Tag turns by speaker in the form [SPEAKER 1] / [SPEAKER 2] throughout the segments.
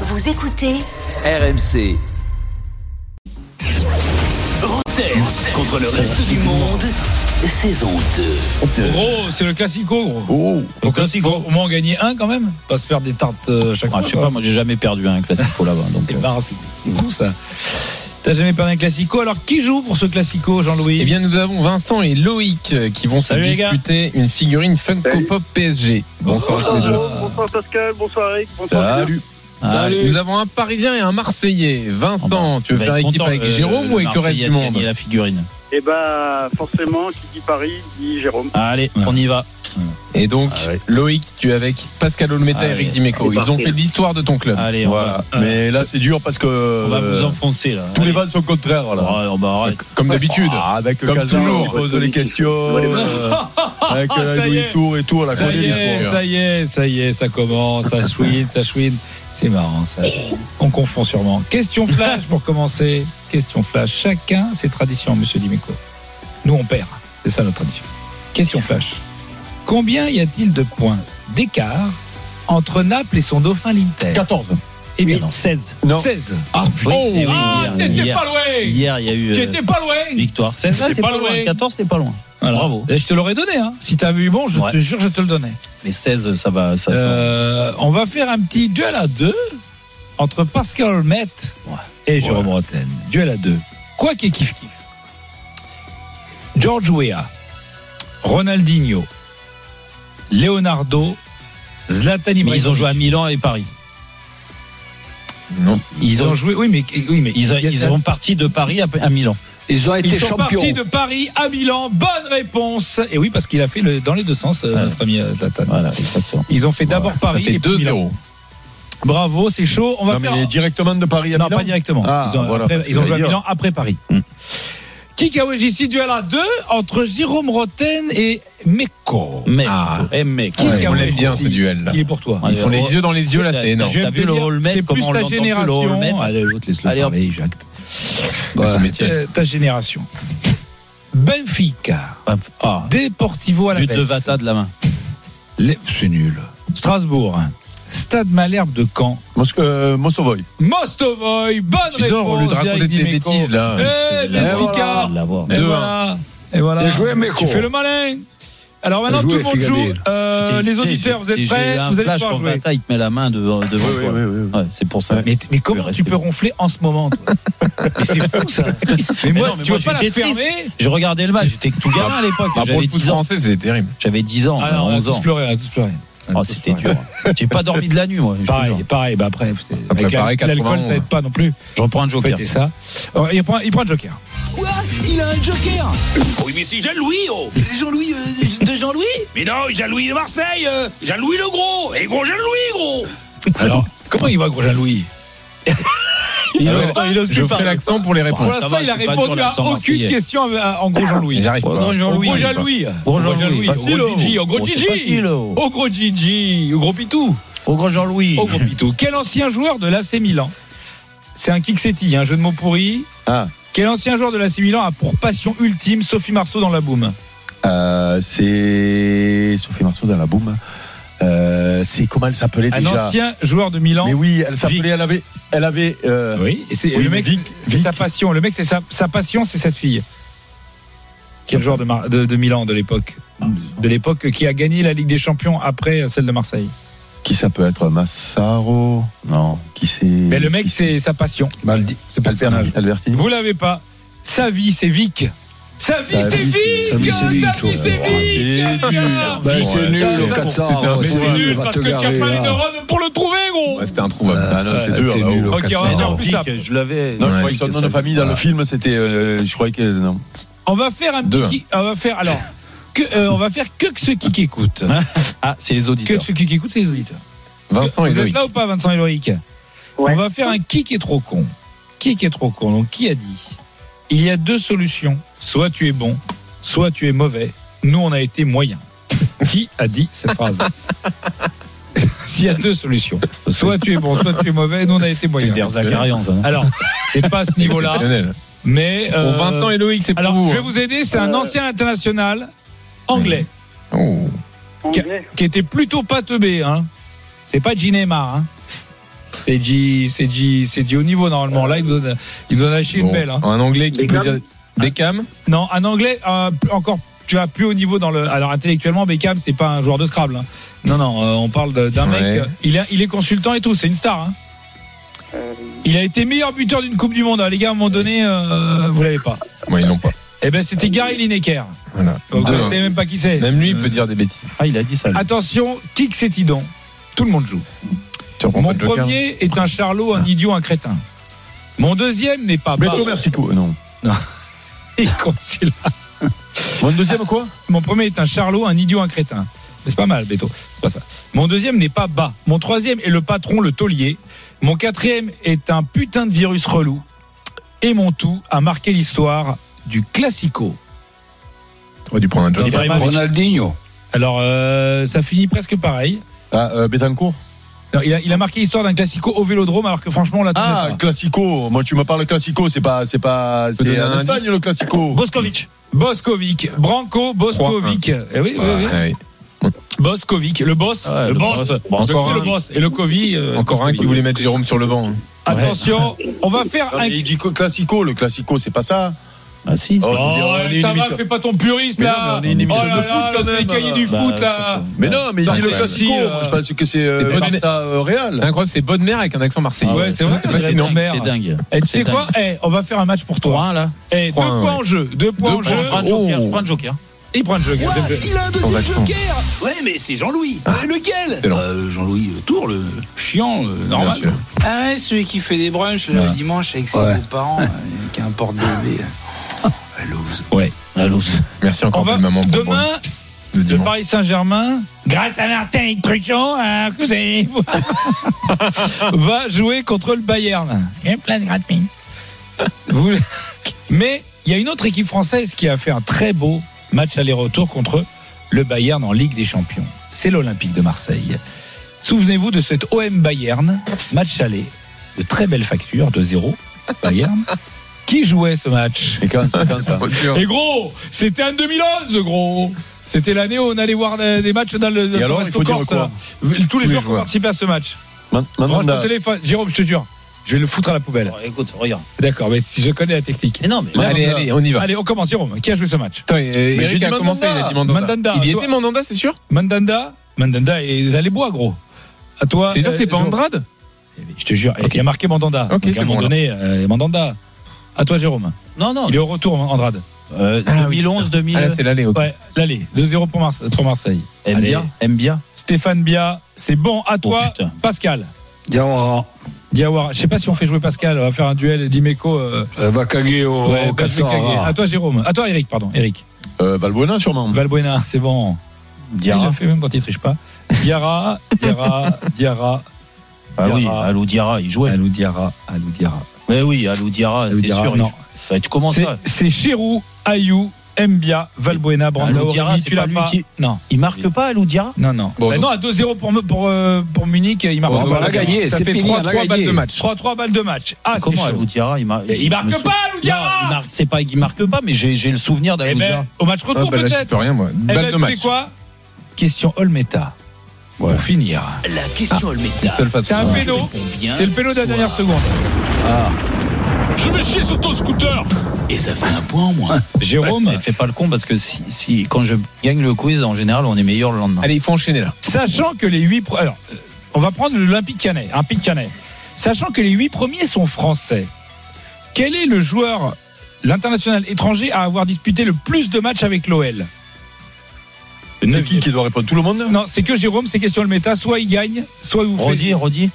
[SPEAKER 1] Vous écoutez
[SPEAKER 2] RMC. Rotten contre le reste du monde, saison 2.
[SPEAKER 3] Gros, c'est le classico, gros.
[SPEAKER 4] Oh,
[SPEAKER 3] Le classico. Au moins, on gagnait un quand même. Pas se faire des tartes euh, chaque
[SPEAKER 4] Ah,
[SPEAKER 3] fois.
[SPEAKER 4] je sais pas, moi j'ai jamais perdu un classico là-bas. Donc,
[SPEAKER 3] C'est
[SPEAKER 4] euh,
[SPEAKER 3] marrant, c'est fou ça. T'as jamais perdu un classico. Alors, qui joue pour ce classico, Jean-Louis
[SPEAKER 5] Eh bien, nous avons Vincent et Loïc euh, qui vont se
[SPEAKER 3] Salut, les gars.
[SPEAKER 5] disputer une figurine Funko Pop PSG. Bonsoir à tous les deux.
[SPEAKER 6] Bonjour, Ah, bonsoir Pascal, bonsoir Eric, bonsoir les gars.
[SPEAKER 4] ah,
[SPEAKER 5] Nous avons un Parisien et un Marseillais. Vincent,
[SPEAKER 4] Ah bah,
[SPEAKER 5] tu veux
[SPEAKER 4] il va
[SPEAKER 5] faire
[SPEAKER 4] être
[SPEAKER 5] équipe
[SPEAKER 4] content,
[SPEAKER 5] avec
[SPEAKER 4] le-
[SPEAKER 5] Jérôme
[SPEAKER 4] le
[SPEAKER 5] ou avec euh, le reste
[SPEAKER 4] Marseillais
[SPEAKER 5] du
[SPEAKER 4] a gagné
[SPEAKER 5] monde
[SPEAKER 4] la figurine.
[SPEAKER 6] Et bah forcément, qui dit Paris dit Jérôme.
[SPEAKER 4] Allez, on y va.
[SPEAKER 5] Et donc, Loïc, tu es avec Pascal Olmeta
[SPEAKER 4] Ah
[SPEAKER 5] et
[SPEAKER 4] ouais.
[SPEAKER 5] Eric Dimeco. Ils ont fait l'histoire de ton club.
[SPEAKER 4] Allez, on
[SPEAKER 7] Voilà.
[SPEAKER 4] va.
[SPEAKER 7] Mais là, c'est dur parce que
[SPEAKER 4] On va vous
[SPEAKER 7] euh,
[SPEAKER 4] enfoncer là.
[SPEAKER 7] tous les
[SPEAKER 4] Allez.
[SPEAKER 7] vents sont contraires.
[SPEAKER 3] Ah.
[SPEAKER 7] Là.
[SPEAKER 4] Ouais, on va arrêter.
[SPEAKER 5] Comme d'habitude.
[SPEAKER 7] Ah, avec
[SPEAKER 5] Comme
[SPEAKER 7] Casa,
[SPEAKER 5] toujours.
[SPEAKER 7] on pose les questions. euh, avec
[SPEAKER 3] Ah, ça
[SPEAKER 7] euh,
[SPEAKER 3] y
[SPEAKER 7] Louis
[SPEAKER 3] est.
[SPEAKER 7] Tour et tout, on la
[SPEAKER 3] Ça
[SPEAKER 7] connaît
[SPEAKER 3] y est,
[SPEAKER 7] l'histoire.
[SPEAKER 3] ça y est, ça y est, ça commence, ça chouine, ça chouine. C'est marrant, ça. On confond sûrement. Question flash pour commencer. Question flash. Chacun ses traditions, monsieur Dimeco. Nous, on perd. C'est ça notre tradition. Question flash. Combien y a-t-il de points d'écart entre Naples et son dauphin l'Inter
[SPEAKER 7] 14.
[SPEAKER 3] Eh bien, non.
[SPEAKER 4] 16.
[SPEAKER 7] Non.
[SPEAKER 3] 16.
[SPEAKER 4] Ah,
[SPEAKER 3] Oh, ah, t'étais pas loin
[SPEAKER 4] Hier, il y a eu. euh,
[SPEAKER 3] T'étais pas loin
[SPEAKER 4] Victoire 16,
[SPEAKER 3] Ah,
[SPEAKER 4] t'es
[SPEAKER 3] t'es
[SPEAKER 4] pas
[SPEAKER 3] pas
[SPEAKER 4] loin.
[SPEAKER 3] loin.
[SPEAKER 4] 14, t'es pas loin.
[SPEAKER 3] Voilà.
[SPEAKER 4] Bravo.
[SPEAKER 3] Et je te l'aurais donné, hein. Si t'avais eu bon, je
[SPEAKER 4] Ouais.
[SPEAKER 3] te jure, je te le donnais.
[SPEAKER 4] Les 16, ça va. Ça, ça-
[SPEAKER 3] Euh, on va faire un petit duel à deux entre Pascal Met et Jérôme Rotten. Duel à deux. Quoi qu'il kiff kiff. George Weah, Ronaldinho, Leonardo, Zlatan
[SPEAKER 4] Mais ils ont
[SPEAKER 3] Ibrahimovic.
[SPEAKER 4] joué à Milan et Paris.
[SPEAKER 5] Non.
[SPEAKER 4] Ils ont,
[SPEAKER 3] joué. Oui, mais oui, mais
[SPEAKER 4] ils, ont- ils sont partis de Paris à, à Milan.
[SPEAKER 2] Ils ont
[SPEAKER 3] Ils
[SPEAKER 2] été
[SPEAKER 3] sont
[SPEAKER 2] champions.
[SPEAKER 3] partis de Paris à Milan. Bonne réponse. Et oui, parce qu'il a fait le, dans les deux sens, euh,
[SPEAKER 4] Ouais.
[SPEAKER 3] notre ami euh, Zlatan.
[SPEAKER 4] Voilà, exactement.
[SPEAKER 3] Ils ont fait d'abord
[SPEAKER 5] Ça
[SPEAKER 3] Paris
[SPEAKER 5] fait
[SPEAKER 3] et puis Milan.
[SPEAKER 5] 2-0.
[SPEAKER 3] Bravo, c'est chaud. On va
[SPEAKER 7] Non,
[SPEAKER 3] faire.
[SPEAKER 7] mais directement de Paris à
[SPEAKER 3] Non,
[SPEAKER 7] Milan.
[SPEAKER 3] pas directement.
[SPEAKER 7] Ah,
[SPEAKER 3] ils ont,
[SPEAKER 7] voilà,
[SPEAKER 3] après-
[SPEAKER 7] parce que
[SPEAKER 3] ils ont joué à
[SPEAKER 7] j'allais dire.
[SPEAKER 3] Milan après Paris.
[SPEAKER 4] Hmm.
[SPEAKER 3] Kick away JC, duel à 2 entre Jérôme Roten et Meko.
[SPEAKER 4] Mec,
[SPEAKER 5] Ah.
[SPEAKER 4] eh, mec.
[SPEAKER 3] Qui
[SPEAKER 5] Ouais,
[SPEAKER 3] a
[SPEAKER 5] on
[SPEAKER 3] voulu
[SPEAKER 5] l'aime bien
[SPEAKER 3] aussi
[SPEAKER 5] ce duel là.
[SPEAKER 3] Il est pour toi.
[SPEAKER 4] Ouais,
[SPEAKER 5] Ils sont les yeux dans les yeux là, c'est énorme.
[SPEAKER 3] Je vais
[SPEAKER 4] T'as
[SPEAKER 3] te
[SPEAKER 4] vu le
[SPEAKER 3] dire,
[SPEAKER 4] Hall Made,
[SPEAKER 3] C'est
[SPEAKER 4] comment
[SPEAKER 3] plus
[SPEAKER 4] on
[SPEAKER 3] ta
[SPEAKER 4] l'entend plus, le Hall
[SPEAKER 3] génération.
[SPEAKER 4] Made
[SPEAKER 3] Allez, l'autre, laisse-le
[SPEAKER 4] Allez, hop.
[SPEAKER 3] parler, Jacques.
[SPEAKER 5] Ouais,
[SPEAKER 3] C'est,
[SPEAKER 5] ce métier.
[SPEAKER 3] euh, Ta génération. Benfica,
[SPEAKER 4] Ah,
[SPEAKER 3] Deportivo à la Eh,
[SPEAKER 4] but de Vata de la main.
[SPEAKER 3] C'est nul. Strasbourg, hein. Stade Malherbe de Caen,
[SPEAKER 7] Moscou- euh, Mostovoy.
[SPEAKER 3] Mostovoy, bonne
[SPEAKER 5] Tu
[SPEAKER 3] réponse.
[SPEAKER 5] dors au lieu de
[SPEAKER 3] Jacques
[SPEAKER 5] raconter tes
[SPEAKER 3] Dimeco.
[SPEAKER 5] bêtises là.
[SPEAKER 3] Eh,
[SPEAKER 4] Là,
[SPEAKER 3] Benfica,
[SPEAKER 4] Ah, de l'avoir.
[SPEAKER 3] Et
[SPEAKER 5] Deux,
[SPEAKER 3] voilà. Et voilà.
[SPEAKER 2] Bien joué, Meko.
[SPEAKER 3] Tu fais le malin. Alors maintenant,
[SPEAKER 2] Bien
[SPEAKER 3] tout
[SPEAKER 2] joué,
[SPEAKER 3] le monde joue.
[SPEAKER 2] Figadil.
[SPEAKER 3] Euh,
[SPEAKER 4] J'étais-
[SPEAKER 3] les
[SPEAKER 4] tu sais,
[SPEAKER 3] auditeurs, vous
[SPEAKER 4] j'ai-
[SPEAKER 3] êtes
[SPEAKER 4] j'ai
[SPEAKER 3] prêts
[SPEAKER 4] un
[SPEAKER 3] Vous allez
[SPEAKER 4] flash
[SPEAKER 3] pouvoir
[SPEAKER 4] quand
[SPEAKER 3] jouer.
[SPEAKER 4] Vata, il te met la main devant, devant toi.
[SPEAKER 7] oui.
[SPEAKER 4] Ouais, c'est pour ça.
[SPEAKER 3] Mais, mais
[SPEAKER 4] Je
[SPEAKER 3] comment
[SPEAKER 4] vais
[SPEAKER 3] tu
[SPEAKER 4] rester
[SPEAKER 3] peux ronfler en ce moment toi Mais c'est fou ça. Mais moi,
[SPEAKER 4] non, mais
[SPEAKER 3] tu
[SPEAKER 4] moi,
[SPEAKER 3] veux pas la
[SPEAKER 4] j'étais
[SPEAKER 3] fermer
[SPEAKER 4] Je regardais le match, j'étais tout
[SPEAKER 3] Bah,
[SPEAKER 4] gamin à l'époque.
[SPEAKER 5] Ah, pour
[SPEAKER 4] J'avais
[SPEAKER 5] le foot
[SPEAKER 4] 10 ans.
[SPEAKER 5] français, c'est terrible.
[SPEAKER 4] J'avais 10 ans,
[SPEAKER 3] Ah non, on a
[SPEAKER 4] 11
[SPEAKER 3] tous
[SPEAKER 4] ans.
[SPEAKER 3] pleuré, on a tous pleuré. On a
[SPEAKER 4] Oh,
[SPEAKER 3] tous
[SPEAKER 4] c'était
[SPEAKER 3] pleuré.
[SPEAKER 4] dur. J'ai pas dormi de la nuit, moi. je te
[SPEAKER 3] Pareil,
[SPEAKER 4] jure.
[SPEAKER 3] pareil. Bah après, c'était-
[SPEAKER 5] peut
[SPEAKER 3] avec la-
[SPEAKER 5] pareil,
[SPEAKER 3] l'alcool,
[SPEAKER 5] 91.
[SPEAKER 3] ça aide pas non plus.
[SPEAKER 4] Je reprends un joker.
[SPEAKER 3] Faites ça. Alors, Il prend, il prend un joker.
[SPEAKER 2] Quoi Il a un joker Oui, mais c'est Jean-Louis, oh Jean-Louis euh, de Jean-Louis Mais non, Jean-Louis de Marseille euh, Jean-Louis le gros Et gros Jean-Louis, gros
[SPEAKER 3] Alors, comment il va, gros Jean-Louis
[SPEAKER 4] Il
[SPEAKER 5] Alors,
[SPEAKER 4] ose pas, Ah, il ose
[SPEAKER 5] Je
[SPEAKER 4] plus
[SPEAKER 5] fais
[SPEAKER 4] parler.
[SPEAKER 5] l'accent pour les
[SPEAKER 3] Pour
[SPEAKER 5] réponses.
[SPEAKER 4] Ah,
[SPEAKER 3] l'instant,
[SPEAKER 4] ça va,
[SPEAKER 3] il a
[SPEAKER 4] c'est pas dur,
[SPEAKER 3] répondu à
[SPEAKER 4] l'accent
[SPEAKER 3] aucune
[SPEAKER 4] marseillais.
[SPEAKER 3] question à- en gros Jean-Louis.
[SPEAKER 5] J'arrive
[SPEAKER 4] Oh,
[SPEAKER 5] pas.
[SPEAKER 4] non,
[SPEAKER 3] Au
[SPEAKER 4] Jean-Louis.
[SPEAKER 3] gros Jean-Louis.
[SPEAKER 4] Gros Jean-Louis.
[SPEAKER 3] Jean-Louis.
[SPEAKER 4] Facile,
[SPEAKER 3] Au gros
[SPEAKER 4] oh.
[SPEAKER 3] Gigi. Au gros
[SPEAKER 4] Oh, c'est
[SPEAKER 3] Gigi.
[SPEAKER 4] facile, oh.
[SPEAKER 3] Au gros Gigi. Au gros Pitou.
[SPEAKER 4] Au grand Jean-Louis.
[SPEAKER 3] Au gros Pitou. Quel ancien joueur de l'AC Milan C'est un Kixetti, un jeu de mots pourri.
[SPEAKER 7] Ah.
[SPEAKER 3] Quel ancien joueur de l'AC Milan a pour passion ultime Sophie Marceau dans la boum
[SPEAKER 7] Euh, c'est Sophie Marceau dans la boum. Euh, c'est comment elle s'appelait
[SPEAKER 3] Un
[SPEAKER 7] déjà
[SPEAKER 3] ancien joueur de Milan.
[SPEAKER 7] Mais oui, elle s'appelait, elle avait, elle avait. euh,
[SPEAKER 3] Oui, et c'est
[SPEAKER 7] Oui,
[SPEAKER 3] le
[SPEAKER 7] mais
[SPEAKER 3] mec,
[SPEAKER 7] Vic-
[SPEAKER 3] c'est
[SPEAKER 7] Vic-
[SPEAKER 3] sa passion. Le mec, c'est sa, sa passion, c'est cette fille. Quel joueur de, Mar- de, de Milan de l'époque
[SPEAKER 7] Mm.
[SPEAKER 3] De l'époque qui a gagné la Ligue des Champions après celle de Marseille.
[SPEAKER 7] Mm. Qui ça peut être Massaro Non. Qui c'est
[SPEAKER 3] Mais le mec, c'est sa passion.
[SPEAKER 7] c'est
[SPEAKER 3] pas le personnage.
[SPEAKER 7] Albertini.
[SPEAKER 3] Vous l'avez pas. Sa vie, c'est Vic. Sa vie,
[SPEAKER 7] Sa
[SPEAKER 3] c'est
[SPEAKER 7] vie,
[SPEAKER 3] Vic.
[SPEAKER 7] c'est-
[SPEAKER 3] Sa vie, c'est Vic.
[SPEAKER 7] oh,
[SPEAKER 3] les gars.
[SPEAKER 7] c'est Bah, dur.
[SPEAKER 2] Ben,
[SPEAKER 7] Ouais.
[SPEAKER 2] C'est
[SPEAKER 7] Ouais.
[SPEAKER 2] nul,
[SPEAKER 3] Ça,
[SPEAKER 2] le
[SPEAKER 3] ça,
[SPEAKER 2] 400
[SPEAKER 5] putain,
[SPEAKER 2] oh,
[SPEAKER 5] mais
[SPEAKER 2] c'est
[SPEAKER 3] C'est
[SPEAKER 2] nul,
[SPEAKER 3] nul
[SPEAKER 2] va
[SPEAKER 3] parce
[SPEAKER 2] te
[SPEAKER 3] que tu
[SPEAKER 2] garer,
[SPEAKER 3] as pas les
[SPEAKER 2] là.
[SPEAKER 3] neurones pour le trouver, gros.
[SPEAKER 5] Ouais, C'était introuvable.
[SPEAKER 7] Ah non, c'est dur.
[SPEAKER 2] t'es
[SPEAKER 7] là-haut.
[SPEAKER 2] nul, au
[SPEAKER 3] Ok, on va
[SPEAKER 2] 400.
[SPEAKER 3] dire plus simple.
[SPEAKER 4] Je l'avais.
[SPEAKER 7] Non, je
[SPEAKER 5] Ouais,
[SPEAKER 7] croyais que son nom de famille dans le film, c'était. euh, je croyais que. Non.
[SPEAKER 3] On va faire un
[SPEAKER 5] Deux.
[SPEAKER 3] petit. On va faire alors. Que, euh, on va faire que que ceux qui qui écoutent.
[SPEAKER 4] Ah, c'est les
[SPEAKER 3] Que
[SPEAKER 4] auditeurs.
[SPEAKER 3] ceux qui qui écoutent, c'est les auditeurs.
[SPEAKER 5] Vincent
[SPEAKER 3] Vous
[SPEAKER 5] et
[SPEAKER 3] êtes
[SPEAKER 5] Loïc.
[SPEAKER 3] là ou pas, Vincent et Loïc On va faire un qui qui est trop con. Qui qui est trop con Donc, qui a dit Il y a deux solutions. Soit tu es bon, soit tu es mauvais. Nous, on a été moyen. qui a dit cette phrase Il y a deux solutions. Soit tu es bon, soit tu es mauvais. Nous, on a été
[SPEAKER 4] C'est
[SPEAKER 3] moyen.
[SPEAKER 4] Der Zakarian, ça. non
[SPEAKER 3] Alors, c'est pas à ce niveau-là,
[SPEAKER 5] Exceptionnel.
[SPEAKER 3] mais.
[SPEAKER 5] Pour
[SPEAKER 3] euh,
[SPEAKER 5] Vincent et Loïc, c'est pour
[SPEAKER 3] alors,
[SPEAKER 5] vous.
[SPEAKER 3] je vais vous aider. C'est un
[SPEAKER 6] Euh.
[SPEAKER 3] ancien international anglais
[SPEAKER 5] Oh.
[SPEAKER 6] Anglais.
[SPEAKER 3] qui était plutôt pas teubé. Hein. C'est pas Ginemar. Hein. C'est dit, c'est dit, c'est dit au niveau normalement. Là, il nous donne, il nous donne à chier une
[SPEAKER 5] Bon,
[SPEAKER 3] belle. hein.
[SPEAKER 5] Un anglais qui peut
[SPEAKER 1] Beckham
[SPEAKER 5] dire. Beckham
[SPEAKER 3] Non, un anglais euh, plus- encore. Tu as plus haut niveau dans le. Alors intellectuellement, Beckham, c'est pas un joueur de Scrabble. hein. Non, non, euh, on parle de- d'un
[SPEAKER 5] Ouais.
[SPEAKER 3] mec. euh, Il, est- il est consultant et tout. C'est une star. hein.
[SPEAKER 6] Euh,
[SPEAKER 3] Il a été meilleur buteur d'une Coupe du Monde. hein. Les gars, à un moment donné, euh, vous l'avez pas.
[SPEAKER 5] Ouais, ils l'ont pas.
[SPEAKER 3] Eh ben, c'était Gary Lineker.
[SPEAKER 5] Voilà.
[SPEAKER 3] Donc,
[SPEAKER 5] Deux.
[SPEAKER 3] vous savez même pas qui c'est.
[SPEAKER 5] Même lui, il peut dire des bêtises.
[SPEAKER 4] Ah, il a dit ça. lui.
[SPEAKER 3] Attention, kick et tidon. Tout le monde joue.
[SPEAKER 5] Tu reprends
[SPEAKER 3] Mon
[SPEAKER 5] pas de joker
[SPEAKER 3] premier est un charlot, un idiot, un crétin. Mon deuxième n'est pas.
[SPEAKER 7] Beto
[SPEAKER 3] bas.
[SPEAKER 7] Mercico, non.
[SPEAKER 3] Il consulte.
[SPEAKER 7] Mon deuxième, quoi
[SPEAKER 3] Mon premier est un charlot, un idiot, un crétin. Mais c'est pas mal, Beto. C'est pas ça. Mon deuxième n'est pas bas. Mon troisième est le patron, le taulier. Mon quatrième est un putain de virus relou. Et mon tout a marqué l'histoire du classico.
[SPEAKER 5] T'aurais dû prendre un joker.
[SPEAKER 3] Ibrahimovic.
[SPEAKER 2] Ronaldinho.
[SPEAKER 3] Alors, euh, ça finit presque pareil.
[SPEAKER 7] Ah, euh, Betancourt
[SPEAKER 3] Non, il, a, il a marqué l'histoire d'un classico au vélodrome, alors que franchement, on l'attendait
[SPEAKER 7] Ah,
[SPEAKER 3] pas.
[SPEAKER 7] Classico. Moi, tu me parles de Classico, c'est pas. C'est pas.
[SPEAKER 5] donner
[SPEAKER 7] C'est en
[SPEAKER 5] un
[SPEAKER 7] Espagne,
[SPEAKER 5] indice
[SPEAKER 7] le Classico.
[SPEAKER 4] Boskovic.
[SPEAKER 3] Boskovic, Branco Boskovic. Eh oui, oui, oui.
[SPEAKER 5] Ouais, ouais.
[SPEAKER 3] Boskovic, le boss,
[SPEAKER 4] Ouais,
[SPEAKER 3] le,
[SPEAKER 4] le
[SPEAKER 3] boss,
[SPEAKER 4] boss.
[SPEAKER 3] Donc,
[SPEAKER 5] Encore
[SPEAKER 3] c'est
[SPEAKER 5] un.
[SPEAKER 3] le boss et le Covid. euh,
[SPEAKER 5] Encore un
[SPEAKER 3] Boskovic.
[SPEAKER 5] qui voulait mettre Jérôme sur le banc. hein.
[SPEAKER 3] Attention, on va faire
[SPEAKER 7] Non,
[SPEAKER 3] un.
[SPEAKER 7] mais il dit co- Classico, le Classico, c'est pas ça.
[SPEAKER 4] Ah, si.
[SPEAKER 7] Oh,
[SPEAKER 3] Oh,
[SPEAKER 7] on est une
[SPEAKER 3] ça va,
[SPEAKER 7] émission-
[SPEAKER 3] fais pas ton puriste
[SPEAKER 7] Mais
[SPEAKER 3] là.
[SPEAKER 7] non, mais on est une
[SPEAKER 3] oh
[SPEAKER 7] émission
[SPEAKER 3] là
[SPEAKER 7] de
[SPEAKER 3] là,
[SPEAKER 7] foot,
[SPEAKER 3] là,
[SPEAKER 7] quand
[SPEAKER 3] c'est les
[SPEAKER 7] même.
[SPEAKER 3] cahiers du
[SPEAKER 4] Bah,
[SPEAKER 3] foot là.
[SPEAKER 7] Mais non, mais il
[SPEAKER 3] Ça,
[SPEAKER 7] dit le
[SPEAKER 3] ouais.
[SPEAKER 7] Classico.
[SPEAKER 3] Si, euh,
[SPEAKER 7] Moi, je pense que c'est
[SPEAKER 4] c'est
[SPEAKER 7] euh,
[SPEAKER 4] pas donné.
[SPEAKER 7] Barça euh,
[SPEAKER 5] C'est
[SPEAKER 7] Real.
[SPEAKER 5] incroyable, c'est bonne mère avec un accent marseillais.
[SPEAKER 3] Ouais, c'est vrai,
[SPEAKER 4] Ah, C'est
[SPEAKER 3] c'est
[SPEAKER 4] dingue,
[SPEAKER 3] dingue.
[SPEAKER 4] C'est dingue.
[SPEAKER 3] Eh, tu sais
[SPEAKER 4] C'est
[SPEAKER 3] quoi Eh, On va faire un match pour toi.
[SPEAKER 4] 3 là.
[SPEAKER 3] Eh, deux
[SPEAKER 5] Trois,
[SPEAKER 3] points en jeu, deux points en
[SPEAKER 4] Je
[SPEAKER 3] jeu.
[SPEAKER 4] prends un joker. Je prends un joker.
[SPEAKER 3] Il prend le jeu.
[SPEAKER 2] Quoi Il a un
[SPEAKER 5] Sans
[SPEAKER 2] deuxième
[SPEAKER 5] accent.
[SPEAKER 2] joker Ouais, mais c'est Jean-Louis.
[SPEAKER 1] Ah.
[SPEAKER 2] Euh, lequel
[SPEAKER 5] excellent.
[SPEAKER 2] Euh, Jean-Louis euh, Tour, le chiant, euh, normal.
[SPEAKER 5] sûr.
[SPEAKER 2] Ah ouais, celui qui fait des brunchs le dimanche avec ses beaux-parents, euh, qui a un porte-bébé. Oh, la loose.
[SPEAKER 4] La loose.
[SPEAKER 5] Merci
[SPEAKER 3] On
[SPEAKER 5] encore,
[SPEAKER 3] va
[SPEAKER 5] belle maman. pour
[SPEAKER 3] demain
[SPEAKER 5] le
[SPEAKER 3] le
[SPEAKER 5] dimanche.
[SPEAKER 3] Paris Saint-Germain, grâce à Martin et Truchon, hein, cousin, va jouer contre le Bayern. Il y a plein de gratte-mine. Vous- Mais il y a une autre équipe française qui a fait un très beau match aller-retour contre le Bayern en Ligue des Champions. C'est l'Olympique de Marseille. Souvenez-vous de cet OM Bayern, match aller, de très belle facture, 2-0, Bayern. Qui jouait ce match
[SPEAKER 7] Et quand, c'est quand ça
[SPEAKER 5] Pas dur.
[SPEAKER 3] et gros, c'était en 2011, gros. C'était l'année où on allait voir des, des matchs dans le dans
[SPEAKER 7] Et
[SPEAKER 3] le
[SPEAKER 7] alors, il
[SPEAKER 3] Resto
[SPEAKER 7] faut dire
[SPEAKER 3] Corse,
[SPEAKER 7] quoi
[SPEAKER 3] là. Tous les joueurs
[SPEAKER 5] les
[SPEAKER 3] qui ont
[SPEAKER 5] joueurs.
[SPEAKER 3] participé à ce match.
[SPEAKER 7] Man-
[SPEAKER 3] Range
[SPEAKER 7] Mandanda.
[SPEAKER 3] ton téléphone. Jérôme, je te jure, je vais le foutre à la poubelle.
[SPEAKER 4] Oh, Écoute, regarde.
[SPEAKER 3] D'accord, mais si je connais la technique.
[SPEAKER 4] Mais non, mais.
[SPEAKER 7] Ouais.
[SPEAKER 5] Allez,
[SPEAKER 7] Mandanda.
[SPEAKER 5] allez, on y va.
[SPEAKER 3] Allez, on commence, Jérôme. Qui a joué ce match
[SPEAKER 5] Attends, euh,
[SPEAKER 7] j'ai
[SPEAKER 5] Eric
[SPEAKER 7] dit
[SPEAKER 5] a commencé, il
[SPEAKER 7] Mandanda.
[SPEAKER 3] Mandanda,
[SPEAKER 5] a dit Mandanda. Il y
[SPEAKER 3] toi.
[SPEAKER 5] était Mandanda, c'est sûr
[SPEAKER 3] Mandanda Mandanda est dans les bois, gros. À toi.
[SPEAKER 5] T'es sûr que c'est
[SPEAKER 3] euh,
[SPEAKER 5] pas
[SPEAKER 3] Jérôme.
[SPEAKER 5] Andrade
[SPEAKER 3] Je te jure, il y a marqué Mandanda.
[SPEAKER 5] Ok,
[SPEAKER 3] Donc, à
[SPEAKER 5] c'est
[SPEAKER 3] un moment
[SPEAKER 5] bon,
[SPEAKER 3] donné, euh, Mandanda. À toi, Jérôme.
[SPEAKER 4] Non, non.
[SPEAKER 3] Il est au retour, Andrade.
[SPEAKER 4] Euh,
[SPEAKER 5] Ah oui.
[SPEAKER 4] 2011, 2000.
[SPEAKER 5] Ah là, c'est l'aller. ok.
[SPEAKER 3] Ouais, l'allée. 2-0 pour Marse- pour Marseille.
[SPEAKER 5] Eh
[SPEAKER 3] Allez.
[SPEAKER 4] Mbia. Mbia.
[SPEAKER 3] Stéphane Bia, c'est bon.
[SPEAKER 5] Oh,
[SPEAKER 3] À toi,
[SPEAKER 4] putain.
[SPEAKER 3] Pascal.
[SPEAKER 1] Diawara,
[SPEAKER 3] Diawara. Je sais pas si on fait jouer Pascal. On va faire un duel Dimeco. Euh,
[SPEAKER 1] euh, va caguer
[SPEAKER 4] Oh,
[SPEAKER 1] au,
[SPEAKER 3] ouais,
[SPEAKER 1] au
[SPEAKER 3] Pascal
[SPEAKER 1] 400
[SPEAKER 3] Cagé. À toi, Jérôme. À toi, Eric, pardon. Eric.
[SPEAKER 7] Euh, Valbuena,
[SPEAKER 4] Mm.
[SPEAKER 7] sûrement.
[SPEAKER 3] Valbuena, c'est bon. Il
[SPEAKER 4] Diarra.
[SPEAKER 3] le fait même quand il triche pas. Diarra, Diarra, Diarra,
[SPEAKER 4] Ah oui,
[SPEAKER 3] Diarra.
[SPEAKER 4] Alou Diarra, il jouait.
[SPEAKER 3] Alou Diarra, Alou Diarra.
[SPEAKER 4] Mais oui, Alou Diarra,
[SPEAKER 3] Alou
[SPEAKER 4] c'est
[SPEAKER 3] Diarra,
[SPEAKER 4] sûr. il
[SPEAKER 3] non.
[SPEAKER 4] joue. Bah, tu commences
[SPEAKER 3] C'est-
[SPEAKER 4] là.
[SPEAKER 3] C'est Chirou, Ayou, Mbia, Valbuena, Brando.
[SPEAKER 4] Alou Diarra,
[SPEAKER 3] Origi,
[SPEAKER 4] c'est
[SPEAKER 3] tu l'as
[SPEAKER 4] pas lui qui-
[SPEAKER 3] Non.
[SPEAKER 4] Il marque pas Alou Diarra
[SPEAKER 3] Non, non.
[SPEAKER 5] Bon,
[SPEAKER 3] Bah
[SPEAKER 5] donc-
[SPEAKER 3] non, à 2-0 pour, me- pour, euh, pour Munich, il marque
[SPEAKER 5] Bon,
[SPEAKER 3] pas.
[SPEAKER 5] donc,
[SPEAKER 1] on l'a gagné,
[SPEAKER 5] Ça
[SPEAKER 1] c'est
[SPEAKER 5] fait
[SPEAKER 1] fini, on
[SPEAKER 5] 3
[SPEAKER 1] l'a
[SPEAKER 5] 3 balles
[SPEAKER 1] gagné.
[SPEAKER 5] de match.
[SPEAKER 3] 3-3 balles de match. Ah, c'est
[SPEAKER 4] Comment
[SPEAKER 3] chaud.
[SPEAKER 4] Alou Diarra il, mar-
[SPEAKER 3] Mais
[SPEAKER 4] je
[SPEAKER 3] Il marque
[SPEAKER 4] me sou-
[SPEAKER 3] pas, Alou
[SPEAKER 4] Non, il
[SPEAKER 3] Diarra
[SPEAKER 4] marque- C'est pas qu'il marque pas, mais j'ai j'ai le souvenir
[SPEAKER 3] Eh
[SPEAKER 4] d'Alou Diarra.
[SPEAKER 3] ben, au match
[SPEAKER 5] Ah,
[SPEAKER 3] retour
[SPEAKER 5] bah là, je
[SPEAKER 3] peut-être.
[SPEAKER 5] peux rien, moi. Une
[SPEAKER 3] Eh
[SPEAKER 5] Balle de
[SPEAKER 3] ben, tu
[SPEAKER 5] match.
[SPEAKER 3] sais quoi Question Olmeta. Pour finir.
[SPEAKER 2] La question, elle
[SPEAKER 5] C'est
[SPEAKER 2] m'éclate.
[SPEAKER 5] le seul face.
[SPEAKER 3] C'est un
[SPEAKER 5] Ouais.
[SPEAKER 3] péno. C'est le péno de la dernière seconde.
[SPEAKER 2] Ah. Je vais chier sur ton scooter Et ça fait un point en moins.
[SPEAKER 3] Jérôme,
[SPEAKER 4] Mais fais Bah, pas le con parce que si, si quand je gagne le quiz, en général, on est meilleur le lendemain.
[SPEAKER 5] Allez, il faut enchaîner là.
[SPEAKER 3] sachant que les 8 premiers. Alors, euh, on va prendre l'Olympique Canet, un pic Canet. Sachant que les 8 premiers sont français, quel est le joueur, l'international étranger, à avoir disputé le plus de matchs avec l'OL
[SPEAKER 7] C'est qui qui doit répondre Tout le monde
[SPEAKER 3] Non, c'est que Jérôme, c'est question Olmeta. Soit il gagne, soit il vous fait.
[SPEAKER 4] Rodi, Rodi,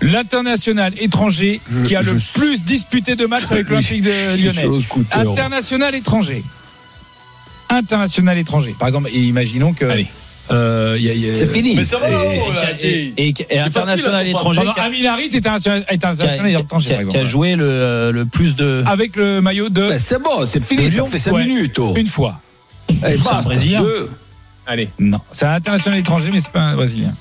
[SPEAKER 3] L'international étranger qui a le plus disputé de matchs avec l'Olympique de
[SPEAKER 1] Chier
[SPEAKER 3] Lyonnais.
[SPEAKER 1] sur le scooter.
[SPEAKER 3] International étranger. International étranger. Par exemple, imaginons que.
[SPEAKER 5] Allez.
[SPEAKER 3] euh, y a- y a-
[SPEAKER 1] C'est fini.
[SPEAKER 7] Mais ça
[SPEAKER 5] Eh,
[SPEAKER 7] va,
[SPEAKER 4] et,
[SPEAKER 2] hein.
[SPEAKER 7] oh, là,
[SPEAKER 4] et-
[SPEAKER 7] et-
[SPEAKER 4] et- et international
[SPEAKER 7] facile à
[SPEAKER 4] étranger
[SPEAKER 3] Pardon,
[SPEAKER 4] qui a-
[SPEAKER 3] Aminarit est international, est
[SPEAKER 4] qui a-
[SPEAKER 3] international
[SPEAKER 4] qui
[SPEAKER 3] étranger,
[SPEAKER 4] a- qui
[SPEAKER 3] par
[SPEAKER 4] a-
[SPEAKER 3] exemple.
[SPEAKER 4] qui a joué le, euh, le plus
[SPEAKER 1] Ah,
[SPEAKER 4] de.
[SPEAKER 3] Avec le maillot de.
[SPEAKER 1] Ouais, c'est bon, c'est
[SPEAKER 3] De
[SPEAKER 1] fini, ça
[SPEAKER 3] Lyon
[SPEAKER 1] fait 5
[SPEAKER 3] Ouais.
[SPEAKER 1] minutes. oh.
[SPEAKER 3] Une fois.
[SPEAKER 1] Eh,
[SPEAKER 4] C'est un
[SPEAKER 1] basta,
[SPEAKER 4] Brésilien.
[SPEAKER 1] deux.
[SPEAKER 5] Allez.
[SPEAKER 3] Non. C'est un international étranger, mais c'est pas un Brésilien.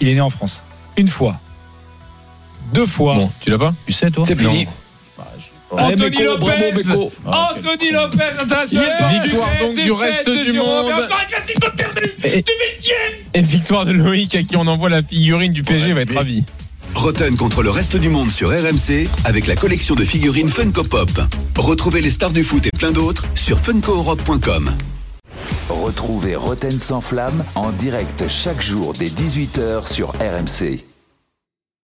[SPEAKER 3] Il est né en France. Une fois. Deux fois.
[SPEAKER 5] Bon, tu l'as pas
[SPEAKER 4] Tu sais, toi
[SPEAKER 1] C'est fini.
[SPEAKER 4] Bah, je-
[SPEAKER 3] Anthony
[SPEAKER 1] Eh, Beko,
[SPEAKER 3] Lopez.
[SPEAKER 1] bravo, Beko.
[SPEAKER 4] Ah, quel
[SPEAKER 3] Anthony Lopez, international étranger,
[SPEAKER 5] Victoire donc du
[SPEAKER 3] défaite
[SPEAKER 5] reste
[SPEAKER 3] de
[SPEAKER 5] du
[SPEAKER 3] Giroud, mais
[SPEAKER 5] monde.
[SPEAKER 3] encore un classique de perdu.
[SPEAKER 5] Et victoire de Loïc à qui on envoie la figurine du PSG va être ravi.
[SPEAKER 2] Rotten contre le reste du monde sur RMC avec la collection de figurines Funko Pop. Retrouvez les stars du foot et plein d'autres sur funkoeurope.com.
[SPEAKER 8] Retrouvez Roten sans flamme en direct chaque jour dès 18h sur RMC.